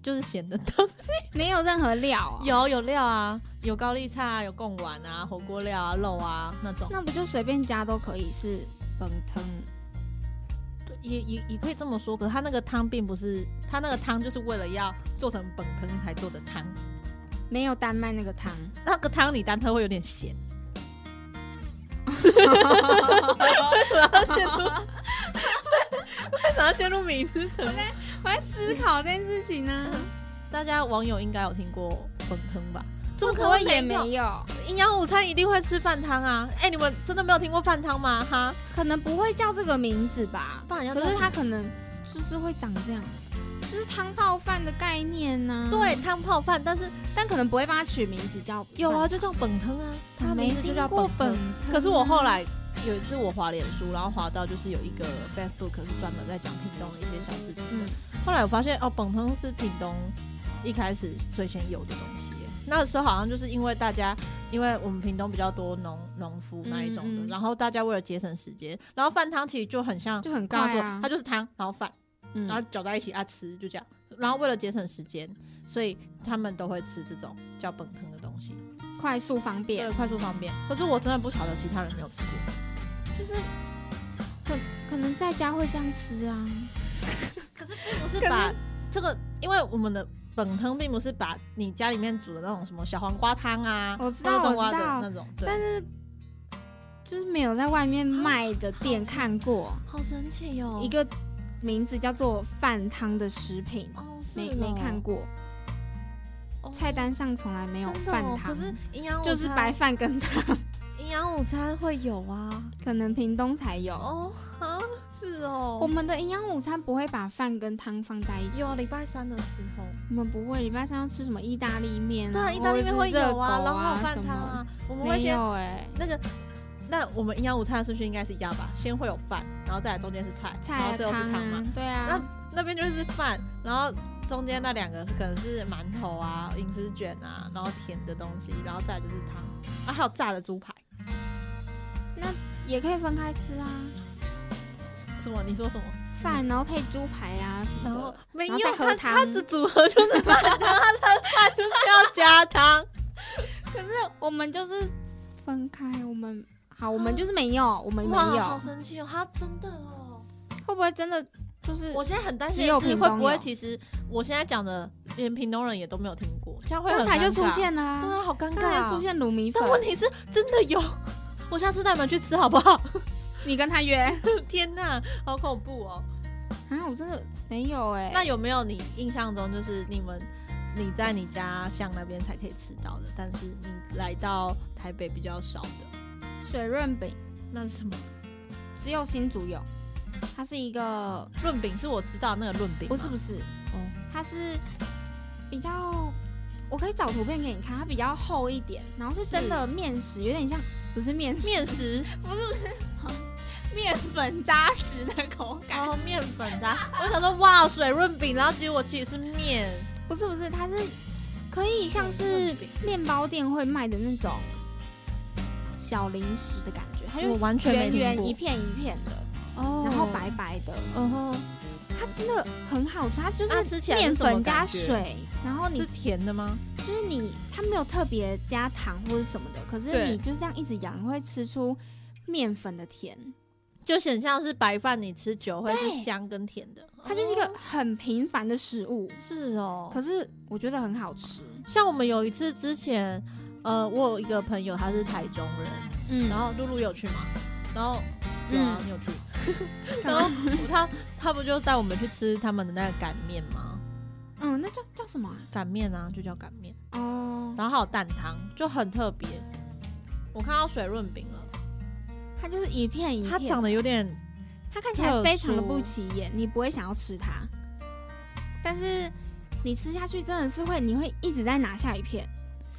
Speaker 1: 就是咸的汤。
Speaker 3: 没有任何料啊，
Speaker 1: 有有料啊，有高丽菜啊，有贡丸啊，火锅料啊，肉啊那种。
Speaker 3: 那不就随便加都可以是本汤？
Speaker 1: 对也也也可以这么说，可是它那个汤并不是，它那个汤就是为了要做成本汤才做的汤。
Speaker 3: 没有丹麦那个汤，
Speaker 1: 那个汤你单喝会有点咸。为什么要陷入？为什么要陷入迷之沉默？
Speaker 3: 我在思考这件事情
Speaker 1: 啊
Speaker 3: 呢，
Speaker 1: 大家网友应该有听过粉汤吧？怎么
Speaker 3: 不
Speaker 1: 可
Speaker 3: 过
Speaker 1: 能
Speaker 3: 也
Speaker 1: 没
Speaker 3: 没
Speaker 1: 有？
Speaker 3: 有，
Speaker 1: 营养午餐一定会吃饭汤啊！哎、你们真的没有听过饭汤吗？哈，
Speaker 3: 可能不会叫这个名字吧。
Speaker 1: 不然要
Speaker 3: 可是它可能就是会长这样，就是汤泡饭的概念呢、，
Speaker 1: 对汤泡饭，但是
Speaker 3: 但可能不会帮它取名字叫
Speaker 1: 有啊，
Speaker 3: 饭，
Speaker 1: 就叫本汤啊，它的
Speaker 3: 没
Speaker 1: 名字就
Speaker 3: 听
Speaker 1: 叫
Speaker 3: 过
Speaker 1: 汤啊
Speaker 3: 本汤啊
Speaker 1: 可是我后来有一次我滑脸书，然后滑到就是有一个 Facebook 是专门在讲屏东的一些小事情。
Speaker 3: 嗯
Speaker 1: 后来我发现哦，本通是屏东一开始最先有的东西耶。那时候好像就是因为大家，因为我们屏东比较多农农夫那一种的，
Speaker 3: 嗯嗯
Speaker 1: 然后大家为了节省时间，然后饭汤其实就很像
Speaker 3: 就很
Speaker 1: 刚刚
Speaker 3: 快
Speaker 1: 说，
Speaker 3: 啊
Speaker 1: 它，就是汤，然后饭，
Speaker 3: 嗯
Speaker 1: 然后搅在一起啊吃，就这样。然后为了节省时间，所以他们都会吃这种叫本汤的东西，
Speaker 3: 快速方
Speaker 1: 对，
Speaker 3: 便，
Speaker 1: 快速方便。可是我真的不晓得其他人有没有吃过。
Speaker 3: 就是可可能在家会这样吃啊，
Speaker 1: 可是并不是把这个，因为我们的本汤并不是把你家里面煮的那种什么小黄瓜汤啊，
Speaker 3: 我知道
Speaker 1: 或者冬瓜的
Speaker 3: 我知道
Speaker 1: 那种，
Speaker 3: 但
Speaker 1: 对，
Speaker 3: 是就是没有在外面卖的店
Speaker 1: 好奇
Speaker 3: 看过
Speaker 1: 好神奇哦
Speaker 3: 一个名字叫做饭汤的食品，
Speaker 1: 哦，是
Speaker 3: 没没看过，
Speaker 1: 哦
Speaker 3: 菜单上从来没
Speaker 1: 没
Speaker 3: 有饭汤
Speaker 1: 可，是营养午餐
Speaker 3: 就是白饭跟汤，
Speaker 1: 营养午餐会有啊，
Speaker 3: 可能屏东才有。
Speaker 1: 哦啊，是哦，
Speaker 3: 我们的营养午餐不会把饭跟汤放在一起
Speaker 1: 有，啊礼拜三的时候，
Speaker 3: 我们不会。礼拜三要吃什么意大利面
Speaker 1: 对啊，意大利面会有啊，然后还有饭汤啊，我
Speaker 3: 或
Speaker 1: 们
Speaker 3: 者
Speaker 1: 会
Speaker 3: 是热狗啊什么。没有
Speaker 1: 先
Speaker 3: 哎，
Speaker 1: 那个。那我们营养午餐的顺序应该是一样吧？先会有饭，然后再来中间是菜，
Speaker 3: 菜
Speaker 1: 然
Speaker 3: 啊
Speaker 1: 后最后是
Speaker 3: 汤
Speaker 1: 汤嘛
Speaker 3: 啊。，对啊，
Speaker 1: 那边就是饭，然后中间那两个可能是馒头啊、银丝卷啊，然后甜的东西，然后再来就是汤啊，还有炸的猪排。
Speaker 3: 也可以分开吃啊，
Speaker 1: 什么？你说什么？嗯
Speaker 3: 饭然后配猪排啊什
Speaker 1: 然
Speaker 3: 么
Speaker 1: 后
Speaker 3: 的。
Speaker 1: 没
Speaker 3: 然后再
Speaker 1: 有，
Speaker 3: 喝
Speaker 1: 它
Speaker 3: 汤
Speaker 1: 它的组合就是饭汤，它的饭就是要加汤。
Speaker 3: 可是我们就是分开，我们好，我们就是没有，我 们没
Speaker 1: 哦哇，
Speaker 3: 有
Speaker 1: 好。神奇哦！它真的哦。
Speaker 3: 会不会真的就是
Speaker 1: 我现在很担心
Speaker 3: 只有
Speaker 1: 是
Speaker 3: 屏
Speaker 1: 会
Speaker 3: 东
Speaker 1: 不会，
Speaker 3: 有
Speaker 1: 其实我现在讲的连屏东人也都没有听过，这样会
Speaker 3: 刚
Speaker 1: 很
Speaker 3: 才就
Speaker 1: 尴
Speaker 3: 出
Speaker 1: 尬。
Speaker 3: 现了啊？
Speaker 1: 对啊，好尴
Speaker 3: 刚
Speaker 1: 尬、
Speaker 3: 才
Speaker 1: 啊。
Speaker 3: 就出。现卤米粉
Speaker 1: 但，问题是真的有， 我下次带你们去吃好不好？
Speaker 3: 你跟他约？
Speaker 1: 天哪，好恐怖哦！
Speaker 3: 啊，我真的没有哎、
Speaker 1: 那有没有你印象中就是你们你在你家乡那边才可以吃到的，但是你来到台北比较少的，
Speaker 3: 水润饼
Speaker 1: 那是什么？
Speaker 3: 只有新竹有，它是一个
Speaker 1: 润饼是我知道那个润饼吗，
Speaker 3: 不是不是，
Speaker 1: 哦，
Speaker 3: 它是比较，我可以找图片给你看，它比较厚一点，然后是真的面食，有点像不是面食，
Speaker 1: 面食
Speaker 3: 不是不是 面粉扎实的口感，
Speaker 1: 然后哦面粉渣，我想说哇水润饼，然后结果其实是面，
Speaker 3: 不是不是，它是可以像是面包店会卖的那种小零食的感觉，它就
Speaker 1: 完
Speaker 3: 圆圆一片一片的，
Speaker 1: 哦
Speaker 3: 然后白，白的，
Speaker 1: 哦吼，
Speaker 3: 它真的很好嗯吃，它就
Speaker 1: 啊
Speaker 3: 是
Speaker 1: 吃起来是
Speaker 3: 面
Speaker 1: 什么
Speaker 3: 粉加
Speaker 1: 感觉
Speaker 3: 水，然后你
Speaker 1: 是甜的吗？
Speaker 3: 就是你它没有特别加糖或者什么的，可是
Speaker 1: 对
Speaker 3: 你就这样一直咬，你会吃出面粉的甜，
Speaker 1: 就很像是白饭，你吃久会是
Speaker 3: 对
Speaker 1: 香跟甜的。哦
Speaker 3: 它就是一个很平凡的食物，
Speaker 1: 是哦，
Speaker 3: 可是我觉得很好吃，
Speaker 1: 像我们有一次之前，呃，我有一个朋友他是台中人，
Speaker 3: 嗯
Speaker 1: 然后露露有去吗？然后有啊，
Speaker 3: 嗯
Speaker 1: 你有去。然后他他不就带我们去吃他们的那个擀面吗？
Speaker 3: 嗯，那叫叫什么啊？
Speaker 1: 擀面啊，就叫擀面。
Speaker 3: 哦，
Speaker 1: 然后还有蛋汤，就很特别。我看到水润饼了，
Speaker 3: 它就是一片一片，
Speaker 1: 它长得有点
Speaker 3: 它看起来非常的不起眼，你不会想要吃它，但是你吃下去真的是会，你会一直在拿下一片。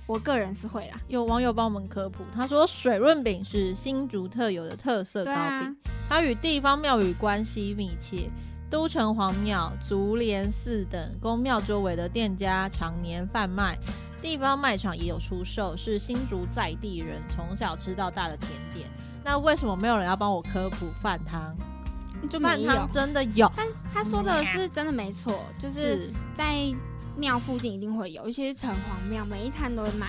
Speaker 3: 我个人是会啦，
Speaker 1: 有网友帮我们科普，他说水润饼是新竹特有的特色糕
Speaker 3: 对
Speaker 1: 饼，
Speaker 3: 啊，
Speaker 1: 它与地方庙宇关系密切。都城隍庙、竹联寺等宫庙周围的店家常年贩卖，地方卖场也有出售，是新竹在地人从小吃到大的甜点。那为什么没有人要帮我科普饭汤？
Speaker 3: 就
Speaker 1: 饭
Speaker 3: 没有
Speaker 1: 汤。真的有，
Speaker 3: 但他说的是真的没错，就是
Speaker 1: 嗯
Speaker 3: 在庙附近一定会有，尤其是城隍庙，每一摊都会卖，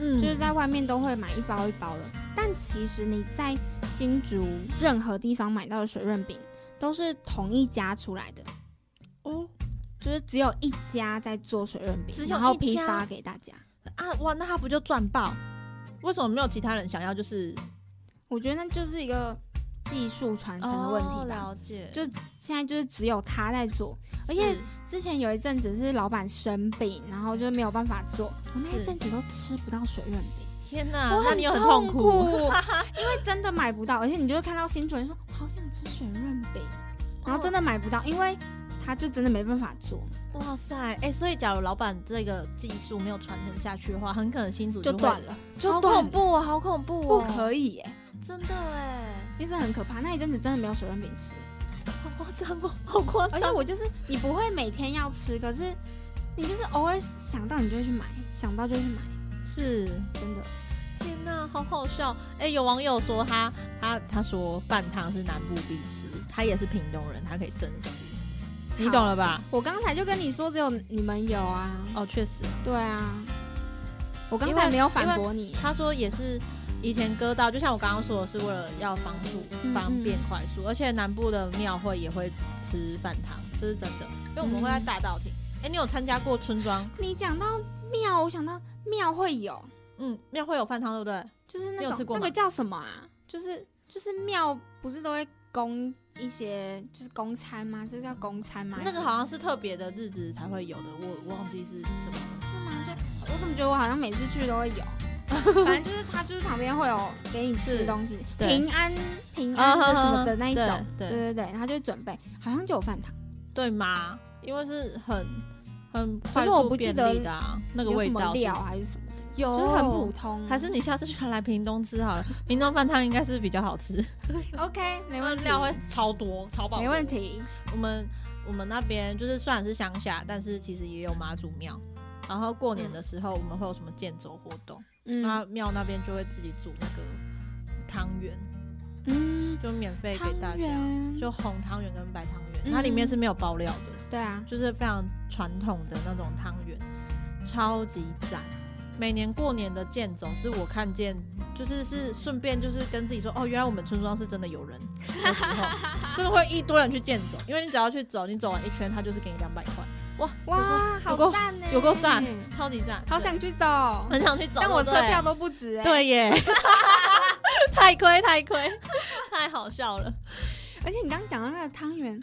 Speaker 1: 嗯
Speaker 3: 就是在外面都会买一包一包的。但其实你在新竹任何地方买到的水润饼，都是同一家出来的，
Speaker 1: 哦
Speaker 3: 就是只有一家在做水润
Speaker 1: 只
Speaker 3: 饼，
Speaker 1: 有
Speaker 3: 然后
Speaker 1: 一
Speaker 3: 批
Speaker 1: 家
Speaker 3: 发给大家。
Speaker 1: 啊哇，那他不就赚爆？为什么没有其他人想要？就是
Speaker 3: 我觉得那就是一个技术传承的问题吧。
Speaker 1: 哦了解，
Speaker 3: 就现在就是只有他在做，而且之前有一阵子是老板生病，然后就没有办法做，我那一
Speaker 1: 是
Speaker 3: 阵子都吃不到水润饼。
Speaker 1: 天哪
Speaker 3: 我，
Speaker 1: 那
Speaker 3: 很
Speaker 1: 你有很
Speaker 3: 痛
Speaker 1: 苦，
Speaker 3: 因为真的买不到，而且你就会看到新主人说好想吃水润饼，然后真
Speaker 1: 哦
Speaker 3: 的买不到，因为他就真的没办法做，
Speaker 1: 哇塞，哎、所以假如老板这个技术没有传承下去的话，很可能新主
Speaker 3: 就
Speaker 1: 会
Speaker 3: 断，了，就
Speaker 1: 好
Speaker 3: 断
Speaker 1: 恐
Speaker 3: 了，
Speaker 1: 怖哦，好恐怖
Speaker 3: 不
Speaker 1: 哦，
Speaker 3: 可以耶，
Speaker 1: 真的哎，
Speaker 3: 因为这很可怕。那一阵子真的没有水润饼吃，
Speaker 1: 哦好夸张 哦，好夸
Speaker 3: 而且
Speaker 1: 张，
Speaker 3: 我就是你不会每天要吃，可是你就是偶尔想到你就会去买，想到就会去买，
Speaker 1: 是
Speaker 3: 真的。
Speaker 1: 天哪，好好笑，哎、有网友说他他他说饭汤是南部必吃，他也是屏东人，他可以证实，你
Speaker 3: 好
Speaker 1: 懂了吧？
Speaker 3: 我刚才就跟你说只有你们有啊，
Speaker 1: 哦，确实。
Speaker 3: 对啊，我刚
Speaker 1: 因
Speaker 3: 才
Speaker 1: 为
Speaker 3: 没有反驳你，
Speaker 1: 他说也是以前割到，就像我刚刚说的，是为了要防住
Speaker 3: 嗯
Speaker 1: 方便快速，而且南部的庙会也会吃饭堂，这是真的，因为我们会在大道
Speaker 3: 嗯
Speaker 1: 亭。哎、你有参加过村庄？
Speaker 3: 你讲到庙，我想到庙会有。
Speaker 1: 嗯，庙会有饭堂对不对？
Speaker 3: 就是
Speaker 1: 你
Speaker 3: 那
Speaker 1: 有吃
Speaker 3: 种
Speaker 1: 过
Speaker 3: 那
Speaker 1: 吗
Speaker 3: 个叫什么啊？就是就是庙不是都会供一些就是供餐吗？这叫供餐吗？
Speaker 1: 那个好像是特别的日子才会有的，我我忘记是什么了。
Speaker 3: 是吗？就我怎么觉得我好像每次去都会 有，反正就是它就是旁边会有给你吃
Speaker 1: 是
Speaker 3: 东西，
Speaker 1: 对哦
Speaker 3: 平安平安的什么的那一种，
Speaker 1: 对
Speaker 3: 对
Speaker 1: 对
Speaker 3: 对对，然后就会准备，好像就有饭堂，
Speaker 1: 对吗？因为是很很
Speaker 3: 可
Speaker 1: 快
Speaker 3: 是我
Speaker 1: 速
Speaker 3: 不记
Speaker 1: 便
Speaker 3: 得
Speaker 1: 利的、啊，那个
Speaker 3: 有
Speaker 1: 味
Speaker 3: 什么
Speaker 1: 道是
Speaker 3: 料还是什么的，
Speaker 1: 有，
Speaker 3: 就是很普。通。
Speaker 1: 还是你下次去来屏东吃好了，屏东饭汤应该是比较好吃，
Speaker 3: OK 没问题，
Speaker 1: 料会超多，超饱。
Speaker 3: 没问题，
Speaker 1: 我们我们那边就是虽然是乡下，但是其实也有妈祖庙。然后过年的时候，我们会有什么建走活动，
Speaker 3: 嗯
Speaker 1: 那庙那边就会自己煮那个汤圆，
Speaker 3: 嗯，
Speaker 1: 就免费给大
Speaker 3: 汤
Speaker 1: 家，
Speaker 3: 圆
Speaker 1: 就红汤圆跟白汤圆，
Speaker 3: 嗯
Speaker 1: 它里面是没有包料的，
Speaker 3: 对啊，
Speaker 1: 就是非常传统的那种汤圆，超级赞。每年过年的建总是我看见，就是是顺便就是跟自己说，哦，原来我们村庄是真的有人的时候，真的会一堆人去建总，因为你只要去走，你走完一圈，他就是给你两百块。哇
Speaker 3: 哇，
Speaker 1: 有
Speaker 3: 好
Speaker 1: 够
Speaker 3: 赞呢，
Speaker 1: 有够赞，超级赞，
Speaker 3: 好想去走
Speaker 1: 对，很想去走，
Speaker 3: 但我
Speaker 1: 对
Speaker 3: 车
Speaker 1: 不对
Speaker 3: 票都不值哎、
Speaker 1: 对 耶，太亏太亏，太好笑了。
Speaker 3: 而且你刚刚讲到那个汤圆，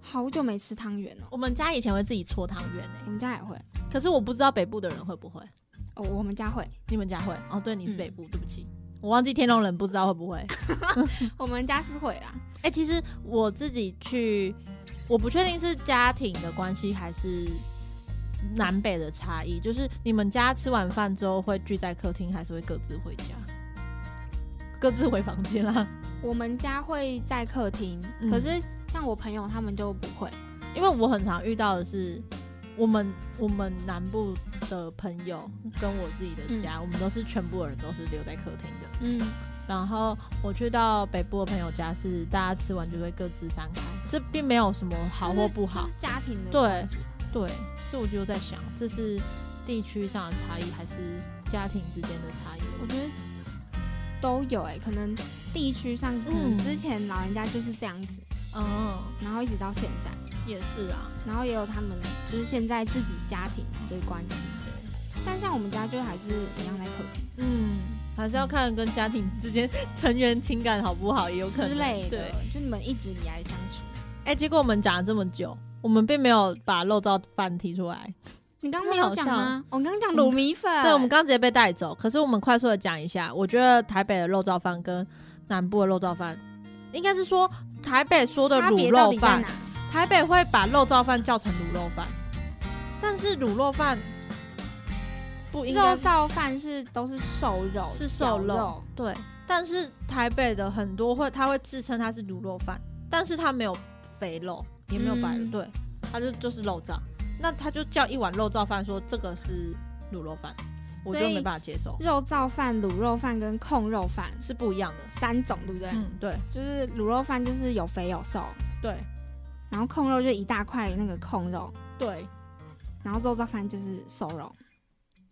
Speaker 3: 好久没吃汤圆哦。
Speaker 1: 我们家以前会自己搓汤圆欸
Speaker 3: 我
Speaker 1: 诶，
Speaker 3: 们家也会，
Speaker 1: 可是我不知道北部的人会不会，
Speaker 3: 哦，我们家 会，
Speaker 1: 你们家会？哦，对，你是
Speaker 3: 嗯
Speaker 1: 北部，对不起。我忘记天龙人不知道会不会。
Speaker 3: 我们家是会啦。
Speaker 1: 哎、其实我自己去，我不确定是家庭的关系还是南北的差异。就是你们家吃完饭之后会聚在客厅，还是会各自回家，各自回房间啦？
Speaker 3: 我们家会在客厅，
Speaker 1: 嗯
Speaker 3: 可是像我朋友他们就不会。
Speaker 1: 因为我很常遇到的是，我们我们南部的朋友跟我自己的家，我们都是全部人都是留在客厅的，
Speaker 3: 嗯，
Speaker 1: 然后我去到北部的朋友家是，大家吃完就会各自散开，这并没有什么好或不好
Speaker 3: 就。是家庭的
Speaker 1: 对
Speaker 3: 关系
Speaker 1: 对，所以我就在想，这是地区上的差异，还是家庭之间的差
Speaker 3: 我
Speaker 1: 异？
Speaker 3: 觉得都有哎、可能地区上，可能
Speaker 1: 嗯
Speaker 3: 之前老人家就是这样子，
Speaker 1: 嗯，
Speaker 3: 然后一直到现在，
Speaker 1: 也是啊，
Speaker 3: 然后也有他们就是现在自己家庭的关系。
Speaker 1: 对，
Speaker 3: 但像我们家就还是一样在客厅
Speaker 1: 嗯，还是要看跟家庭之间成员情感好不好，也有可能
Speaker 3: 之类的
Speaker 1: 对，，
Speaker 3: 就你们一直以来的相处。
Speaker 1: 哎、结果我们讲了这么久，我们并没有把肉燥饭提出来。
Speaker 3: 你刚刚没有讲吗？我刚刚讲卤米粉，
Speaker 1: 嗯对，我们刚刚直接被带走。可是我们快速的讲一下，我觉得台北的肉燥饭跟南部的肉燥饭，应该是说台北说的
Speaker 3: 差
Speaker 1: 卤
Speaker 3: 别到
Speaker 1: 肉
Speaker 3: 底在
Speaker 1: 饭
Speaker 3: 哪，？
Speaker 1: 台北会把肉燥饭叫成卤肉饭，但是卤肉饭不应
Speaker 3: 肉
Speaker 1: 该
Speaker 3: 燥饭是都是瘦肉，
Speaker 1: 是瘦
Speaker 3: 绞
Speaker 1: 肉
Speaker 3: 肉，，
Speaker 1: 对。但是台北的很多会，他会自称它是卤肉饭，但是它没有肥肉，也没有白肉，
Speaker 3: 嗯
Speaker 1: 对，它就就是肉燥。那他就叫一碗肉燥饭，说这个是卤肉饭，我就
Speaker 3: 所以
Speaker 1: 没办法接受，
Speaker 3: 肉燥饭、卤肉饭跟控肉饭
Speaker 1: 是不一样的。
Speaker 3: 三种，对不对？
Speaker 1: 嗯，对
Speaker 3: 就是卤肉饭就是有肥有瘦，
Speaker 1: 对
Speaker 3: 然后控肉就一大块那个控肉，
Speaker 1: 对
Speaker 3: 然后肉燥饭就是瘦肉。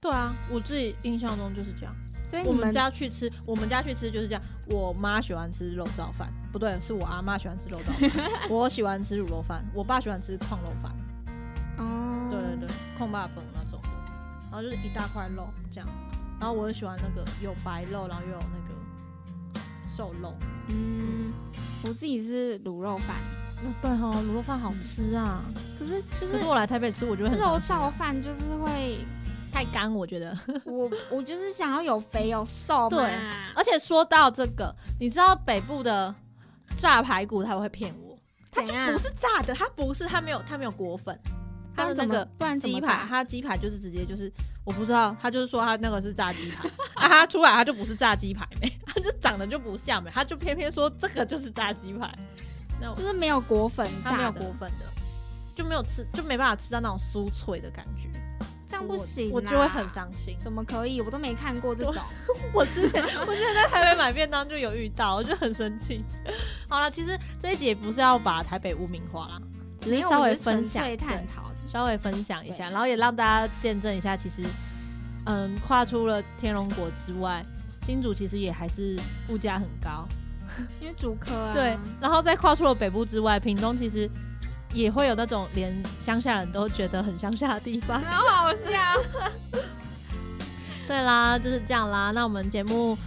Speaker 1: 对啊！我自己印象中就是这样。
Speaker 3: 所以
Speaker 1: 我
Speaker 3: 你
Speaker 1: 哎们
Speaker 3: 们
Speaker 1: 家去吃，我们家去吃就是这样。我妈喜欢吃肉燥饭，不对，是我阿妈喜欢吃肉燥饭， 我喜欢吃卤肉饭，我爸喜欢吃控肉饭，
Speaker 3: 哦，
Speaker 1: 对对对，控霸粉那种的，然后就是一大块肉这样，然后我又喜欢那个有白肉，然后又有那个瘦肉。
Speaker 3: 嗯，我自己是卤肉饭，
Speaker 1: 那对哦，卤肉饭好吃啊！
Speaker 3: 可是就
Speaker 1: 可
Speaker 3: 是
Speaker 1: 是我来台北吃，我觉得很
Speaker 3: 肉
Speaker 1: 伤心啊
Speaker 3: 燥饭就是会，
Speaker 1: 太干，我觉得。
Speaker 3: 我我就是想要有肥有瘦嘛
Speaker 1: 对，而且说到这个，你知道北部的炸排骨他会骗我，它就
Speaker 3: 怎样
Speaker 1: 不是炸的，它不是，它没有，它没有裹粉，
Speaker 3: 不
Speaker 1: 它
Speaker 3: 然
Speaker 1: 的那
Speaker 3: 怎么
Speaker 1: 个
Speaker 3: 不然怎
Speaker 1: 鸡
Speaker 3: 么
Speaker 1: 排，
Speaker 3: 炸
Speaker 1: 它鸡排就是直接就是，我不知道，他就是说他那个是炸鸡排，啊，他出来他就不是炸鸡排没，他就长得就不像没，他就偏偏说这个就是炸鸡排，
Speaker 3: 就是没有裹粉
Speaker 1: 他没有
Speaker 3: 炸
Speaker 1: 裹
Speaker 3: 的，
Speaker 1: 粉的，就没有吃，就没办法吃到那种酥脆的感觉，
Speaker 3: 这样不行啊啦
Speaker 1: 我，我就会很伤心。
Speaker 3: 怎么可以？我都没看过这种。
Speaker 1: 我之前我之前在台北买便当就有遇到，我就很生气。好了，其实这一集也不是要把台北污名化啦，只
Speaker 3: 没
Speaker 1: 是
Speaker 3: 有
Speaker 1: 稍
Speaker 3: 我
Speaker 1: 微
Speaker 3: 就是
Speaker 1: 分
Speaker 3: 纯
Speaker 1: 享，
Speaker 3: 粹探
Speaker 1: 对
Speaker 3: 讨。
Speaker 1: 稍微分享一下，
Speaker 3: 对啊
Speaker 1: 然后也让大家见证一下，其实嗯，跨出了天龙国之外，新竹其实也还是物价很高，
Speaker 3: 因为主科啊，
Speaker 1: 对。然后再跨出了北部之外，屏东其实也会有那种连乡下人都觉得很乡下的地 方。
Speaker 3: 好好笑。
Speaker 1: 对啦，就是这样啦。那我们节目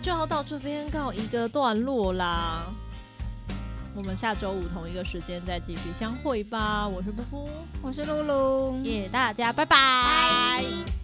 Speaker 1: 就要到这边告一个段落啦。我们下周五同一个时间再继续相会吧。我是布布，
Speaker 3: 我是露露，
Speaker 1: 耶、大家拜拜。
Speaker 3: 拜